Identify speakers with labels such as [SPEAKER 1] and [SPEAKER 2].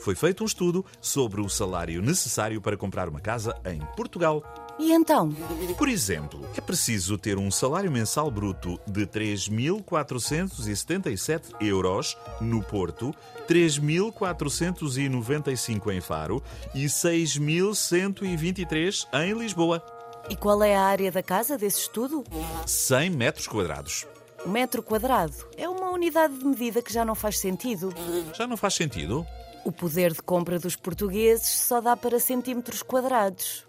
[SPEAKER 1] Foi feito um estudo sobre o salário necessário para comprar uma casa em Portugal.
[SPEAKER 2] E então?
[SPEAKER 1] Por exemplo, é preciso ter um salário mensal bruto de 3.477 euros no Porto, 3.495 em Faro e 6.123 em Lisboa.
[SPEAKER 2] E qual é a área da casa desse estudo?
[SPEAKER 1] 100 metros quadrados.
[SPEAKER 2] Um metro quadrado. É uma unidade de medida que já não faz sentido.
[SPEAKER 1] Já não faz sentido?
[SPEAKER 2] O poder de compra dos portugueses só dá para centímetros quadrados.